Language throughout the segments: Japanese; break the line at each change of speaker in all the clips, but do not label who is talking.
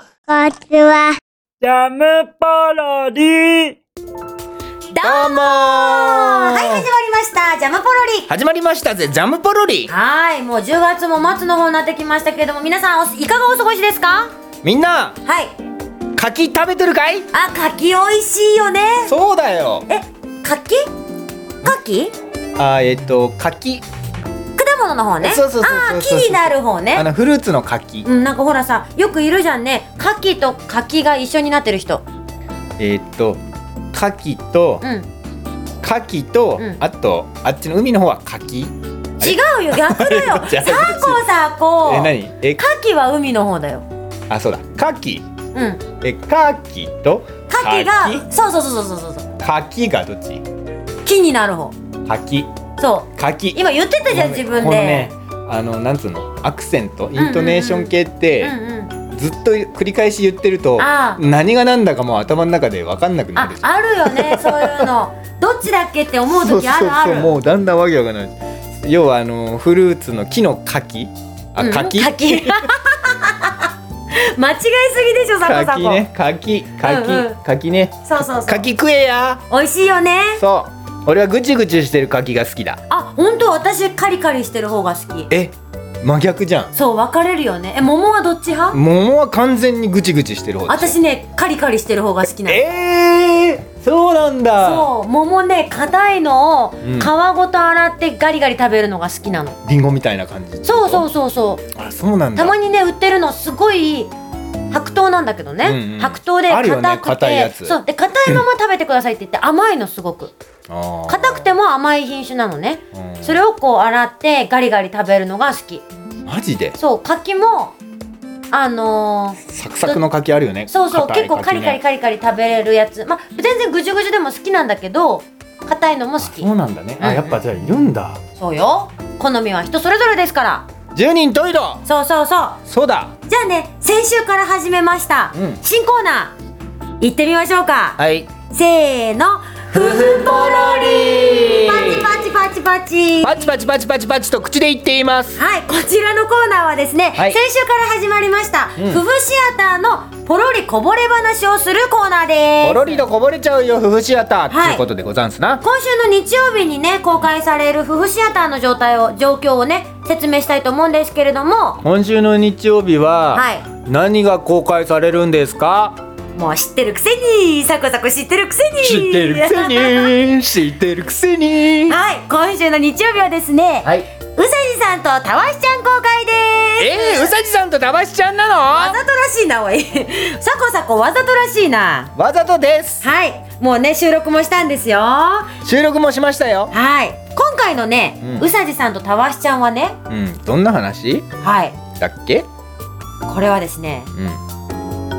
ちは。
ジャムパロディ
どうもはい、
始まりました。ジャムポロリ。
始まりましたぜ、ジャムポロリ
はい、もう10月も末の方になってきましたけれども、皆さんおいかがお過ごしですか
みんな、
はい。
柿食べてるかい
あ、柿美味しいよね。
そうだよ
え、柿柿
あー、えっと、柿、
果物の方ね。
そうそうそうそうそう
あー、木になる方
あ
ね。
の、フルーツの柿
うん、なんかほらさ、よくいるじゃんね。柿と柿が一緒になってる人。
えっと、柿と
う、ん。違
柿と
うん、
あと、あっちの海の方は柿
うよ、逆だよ。
じゃあ
サーコーサーコ
え、
ー。
何え、
柿は海の方だよ。
あ、そうだ、柿
うん。
え、柿と、
柿が、そうそうそうそうそうそう。
柿柿がどっち
木になる方。
柿、
そう。
柿
今言ってたじゃん、自分
この
で
ね。、あの、なんつうの、アクセント、イ
んうん
ントネーション系って、
うんうん。
ずっと繰り返し言ってると
ああ
何が何だかもう頭の中で分かんなくな
あ
るじゃん
あるよ ねそういうのどっちだっけって思う時あるあ
そ
る
うそうそうもうだんだんわけわかんない要はあのフルーツの木の柿あ
うん
柿、
柿 間違いすぎでしょサコサコ、
柿ね柿柿、
うんうん
柿ね
そうそうそう
柿食えや
美味しいよね
そう俺はぐちゅぐちゅしてる柿が好きだ
あ本当私カリカリしてる方が好き
え真逆じゃん
そう分かれるよねえ桃はどっち派
桃は完全にぐちゅぐちゅしてる方でしょ
私ねカリカリしてる方が好きなの
えー、そうなんだ
そう桃ね硬いのを
ん
皮ごと洗ってガリガリ食べるのが好きなの、
リンゴみたいな感じ
そうそううそうそう
あそうなんだ
たまにね売ってるのすごい白桃なんだけどね、
うんうん
白桃で
あるよね
硬くて、
硬いやつ
そうで硬いまま食べてくださいって言って甘いのすごく硬
硬
くても甘い品種なのね
うん
それをこう洗ってガリガリ食べるのが好き
マジで
そう柿もあのー
サクサクの柿あるよね
そうそう
硬
結
い
構カリカリ
ね
カリカリ食べれるやつまあ全然ぐじゅぐじゅでも好きなんだけど硬いのも好き
そうなんだね
うんう
あ
ん
やっぱじゃあいるんだ
そうよ好みは人それぞれですから
10人トイレ
そうそうそう
そうだ
じゃあね先週から始めました、
うん
新コーナー行ってみましょうか、
はい
せーのふふポロリパチパチパチパチ
パチパチパチパチパチと口で言っています
はいこちらのコーナーはですね、
はい
先週から始まりました、
うん
ふふシアターのポロリこぼれ話をするコーナーで
ポ
す
ロリとこぼれちゃうよ夫婦シアターと
はい
いうことでござんすな
今週の日曜日にね公開されるふふシアターの状態を状況をね説明したいと思うんですけれども
今週の日曜日
は
はい何が公開されるんですか
もう知ってるくせにサコサコ知ってるくせに
知ってるくせに知ってるくせ に
はい今週の日曜日はですね、
はい
宇佐治さんとたわしちゃん公開です
えー、うさじさんとだばしちゃんな
わざとらしいなおい サコサコわざとらしいな
のわざとです
はいもうね収録もしたんですよは
収録もしましたよ
い今回のね、
うん
うさじさんとたわしちゃんはね
うん、どんな話
はい
だっけ
これはですね
うん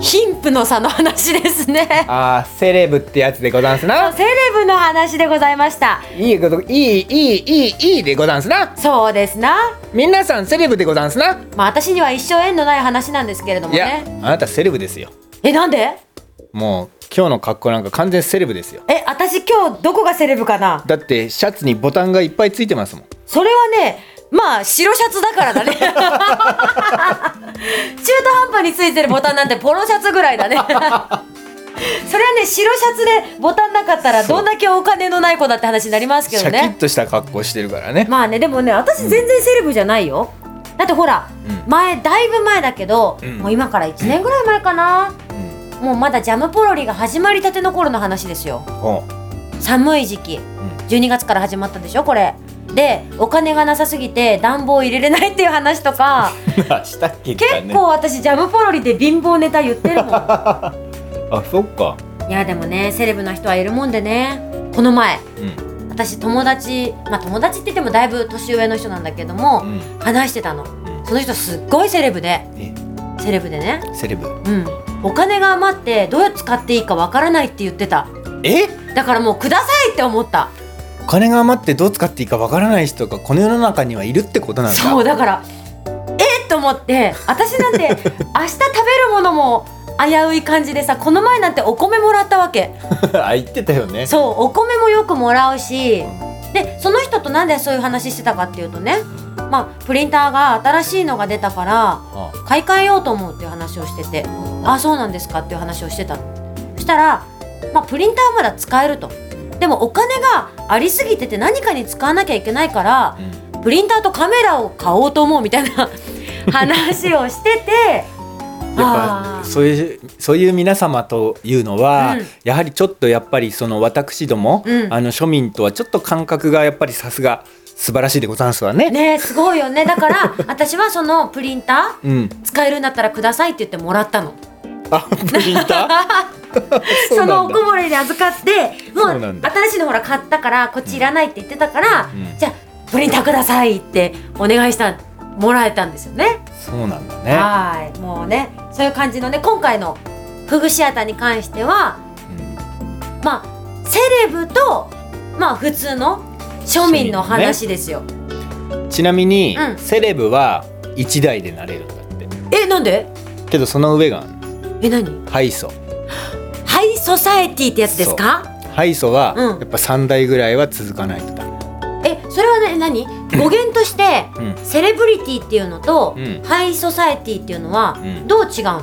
貧富の差の話ですね
あーセレブってやつでござんすな
セレブの話でございました
いいこといいいいいいいいでござんすな
そうですな
皆さんセレブでござんすな
まあ私には一生縁のない話なんですけれども
いや
ね
あなたセレブですよ
えなんで
もう今日の格好なんか完全セレブですよ
え私今日どこがセレブかな
だってシャツにボタンがいっぱいついてますもん
それはねまあ白シャツだから だね中途半端についてるボタンなんてポロシャツぐらいだねそれはね白シャツでボタンなかったら
そう
どんだけお金のない子だって話になりますけ
シ
ど
ャキッ
ね
とした格好してるからね、
まあねでもね私全然セレブじゃないよ、だってほら、
う
前だいぶ前だけど、
うん
もう今から1年ぐらい前かな、
うん
もうまだジャムポロリが始まりたての頃の話ですよ
おう
寒い時期、12月から始まったでしょこれでお金がなさすぎて暖房入れれないっていう話 とか
したっけ
結 構私ジャムポロリで貧乏ネタ言ってるもん
あそっか
いやでもねセレブな人はいるもんでねこの前
うん
私友達まあ友達って言ってもだいぶ年上の人なんだけども、
うん
話してたのその人すっごいセレブで
え
セレブでね
セレブ
うんお金が余ってどうやって使っていいかわからないって言ってた
え
だからもうくださいって思った
お金が余ってどう使っていいかわからない人がこの世の中にはいるってことなんだ
そうだからえっと思って私なんて明日食べるものも危うい感じでさこの前なんてお米もらったわけ
あ言ってたよね
そうお米もよくもらうしでその人となんでそういう話してたかっていうとねまあプリンターが新しいのが出たから
あ
買い替えようと思うっていう話をしててあそうなんですかっていう話をしてたのそしたら、まあ、プリンターはまだ使えるとでもお金がありすぎてて何かに使わなきゃいけないから
うん
プリンターとカメラを買おうと思うみたい な話をしてて
やっぱ
あー
そういうそういう皆様というのは、
うん
やはりちょっとやっぱりその私ども、
うん
あの庶民とはちょっと感覚がやっぱりさすが素晴らしいでござんすわね。
ねすごいよねだから私はそのプリンター
うん、
使えるんだったらくださいって言ってもらった の
あプリンター
そのおこ
も
ぼれに預かっても
そうな
うん
だ
新しいのほら買ったからこっちいらないって言ってたから、
うん
じゃあプリンターくださいってお願いしたもらえたんですよね。
そうなんだね。
はーいもうねそういう感じのね今回のフグシアターに関しては
うん
まあセレブとまあ普通の庶民の話ですよ。
ちなみに、
うん
セレブは1台でなれるんだって
えなんで
けどその上があるの
え何
ハイソ
ハイソサエティってやつですか
ハイソは、
うん
やっぱ3台ぐらいは続かないとダメ
えそれはね何語源として
うん
セレブリティっていうのと、
うん
ハイソサエティっていうのは
うん
どう違うの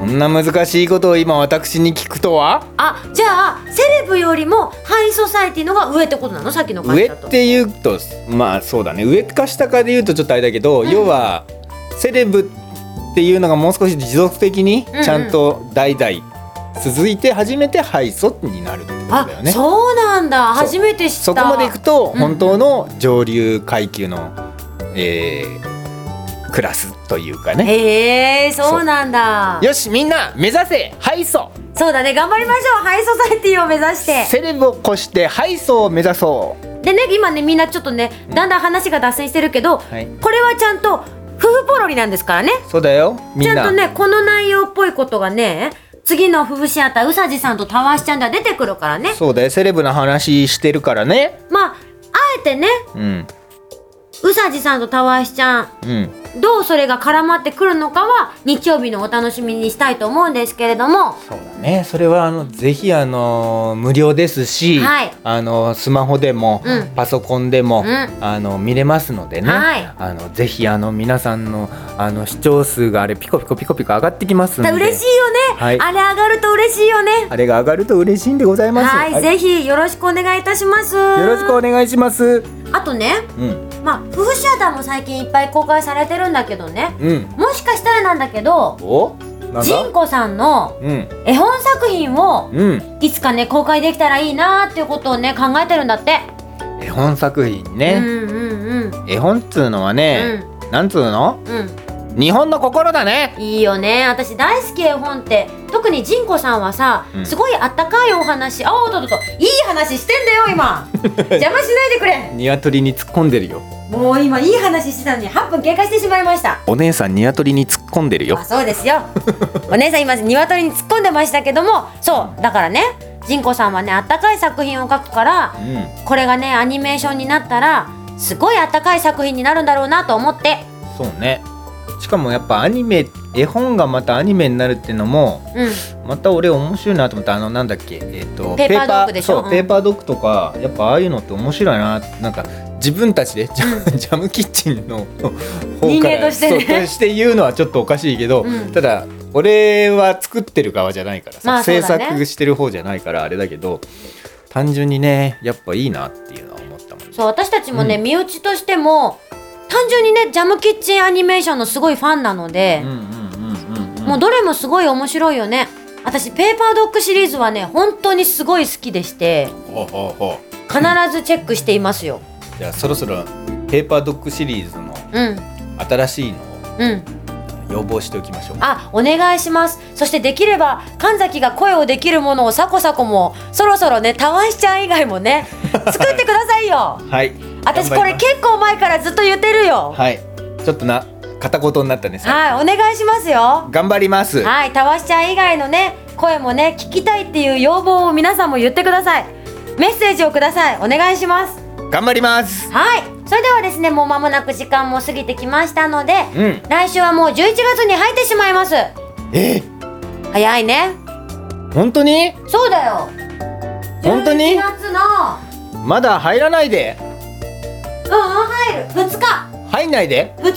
こんな難しいことを今私に聞くとは
あじゃあセレブよりもハイソサエティのが上ってことなのさっきの感じ
上
だと
っていうとまあそうだね上か下かで言うとちょっとあれだけど、
ん
要はセレブっていうのがもう少し持続的に
うんうん
ちゃんと代々続いて初めて敗訴になるってことだよ
あ
ね。
そうなんだ
そう
初めて知った
そこまでいくと
うん
本当の上流階級の、えークラスというかね。
へえそうなんだ
よしみんな目指せ敗訴
そうだね頑張りましょうハイソサエティを目指して
セレブを越して敗訴を目指そう
でね今ねみんなちょっとねだんだん話が脱線してるけど、
はい
これはちゃんと夫婦ポロリなんですからね
そうだよみ
ち
んな
ゃんとねこの内容っぽいことがね次の夫婦シアターうさじさんとたわしちゃんでは出てくるからね
そうだよセレブの話してるからね
まああえてね
うん
うさじさんとたわしちゃん
うん
どうそれが絡まってくるのかは日曜日のお楽しみにしたいと思うんですけれども
そうだね、それはあのぜひあの無料ですし、
はい
あのスマホでも、
うん
パソコンでも、
うん
あの見れますのでね、
はい
あのぜひあの皆さんのあの視聴数があれピコピコピコピコ上がってきますんで、
嬉しいよね、
はい
あれ上がると嬉しいよね
あれが上がると嬉しいんでございます。
はい、
はい
ぜひよろしくお願いいたします
よろしくお願いします。
あとね
うん
まあ夫婦シアターも最近いっぱい公開されてるんだけどね
うん。
もしかしたらなんだけど
お？なん
ジン
だ？
コさんの
うん
絵本作品を
うん。
いつかね公開できたらいいなーっていうことをね考えてるんだって
絵本作品
うん
ね。
うんうん
絵本っつうのはね、なんつうの？
う
日本の心だね。
んいいよね私大好き絵本って特にジンコさんはさ、
うん
すごいあったかいお話あおっとっとっといい話してんだよ 今邪魔しないでくれ
鶏に突っ込んでるよ。
もう今いい話してたのに8分経過してしまいました
お姉さんニワトリに突っ込んでるよ
あそうで すよお姉さん今鶏に突っ込んでましたけどもそうだからねジンコさんはねあったかい作品を描くから
うん
これがねアニメーションになったらすごいあったかい作品になるんだろうなと思って
そうねしかもやっぱアニメ絵本がまたアニメになるってのも
うん
また俺面白いなと思ったあのなんだっけえっ、と
ペーパードッグでし
ペーパーそう
ょ
うんペーパードッグとかやっぱああいうのって面白いななんか自分たちでジャ,、ジャム キッチンの方から
人間としてね
そうとして言うのはちょっとおかしいけど、
うん
ただ俺は作ってる側じゃないからさ、
まあそ
制
うだね
作してる方じゃないからあれだけど単純にねやっぱいいなっていうのは思ったもん
そう私たちもね、
う
身内としても単純にねジャムキッチンアニメーションのすごいファンなので、もうどれもすごい面白いよね私ペーパードッグシリーズはね本当にすごい好きでして
ほうほうほう
必ずチェックしていますよ
じゃあそろそろペーパードッグシリーズの
うん
新しいの
うん
を要望しておきましょう。
あお願いしますそしてできれば神崎が声をできるものをサコサコもそろそろねたわしちゃん以外もね作ってくださいよ
はい。
私
頑
こ
張り
れ
ます
結構前からずっと言ってるよは
は
い、
い。ちょっとな片言になったね。さ
お願いしますよ
頑張ります。
はいたわしちゃん以外のね声もね聞きたいっていう要望を皆さんも言ってくださいメッセージをくださいお願いします
頑張ります。
はいそれではですねもう間もなく時間も過ぎてきましたので、
うん。
来週はもう11月に入ってしまいます
え、
早いね
本当に？
そうだよ
本当に
11月の
まだ入らないで
うんうん入る2日
入んないで
2日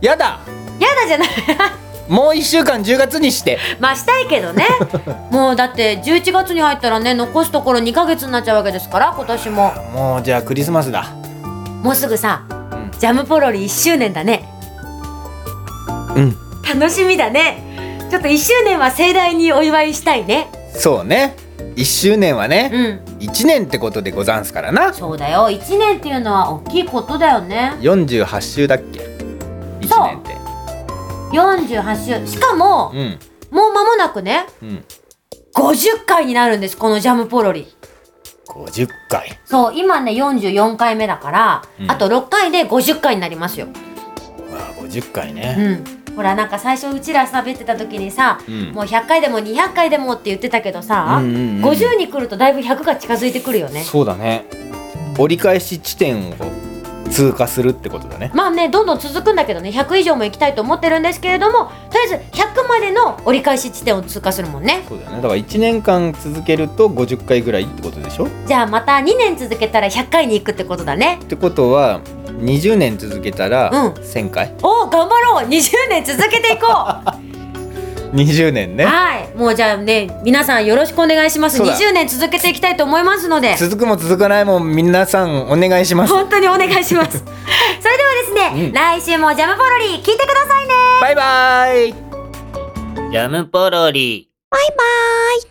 やだ
やだじゃない
もう1週間10月にして
まあしたい けどねもうだって11月に入ったらね残すところ2ヶ月になっちゃうわけですから今年も
もうじゃあクリスマスだ
もうすぐさ、
ん
ジャムポロリ1周年だね
うん
楽しみだねちょっと1周年は盛大にお祝いしたいね
そうね1周年はね、
うん
一1年ってことでござんすからな
そうだよ1年っていうのは大きいことだよね
48週だっけ
そう
1年って
48週しかも、
うん
もう間もなくね
うん
50回になるんですこのジャムポロリ
50回
そう今ね44回目だから、
うん
あと6回で50回になりますよ
わあ50回
う
ね
んほらなんか最初うちら喋ってた時にさ、
うん
もう100回でも200回でもって言ってたけどさ、
うんうんうん
50に来るとだいぶ100が近づいてくるよね
そうだね折り返し地点を通過するってことだね
まあねどんどん続くんだけどね100以上も行きたいと思ってるんですけれどもとりあえず100までの折り返し地点を通過するもんね
そうだよねだから1年間続けると50回ぐらいってことでしょっ
じゃあまた2年続けたら100回に行くってことだね
てことは20年続けたら
うん
1000回、
おお頑張ろう20年続けていこう
20年ね
はいもうじゃあね皆さんよろしくお願いします
そうだ
20年続けていきたいと思いますので
続くも続かないも皆さんお願いします
本当にお願い しますそれではですね、
うん
来週もジャムポロリ聞いてくださいね
バイバイ
ジャムポロリ。
バイバイ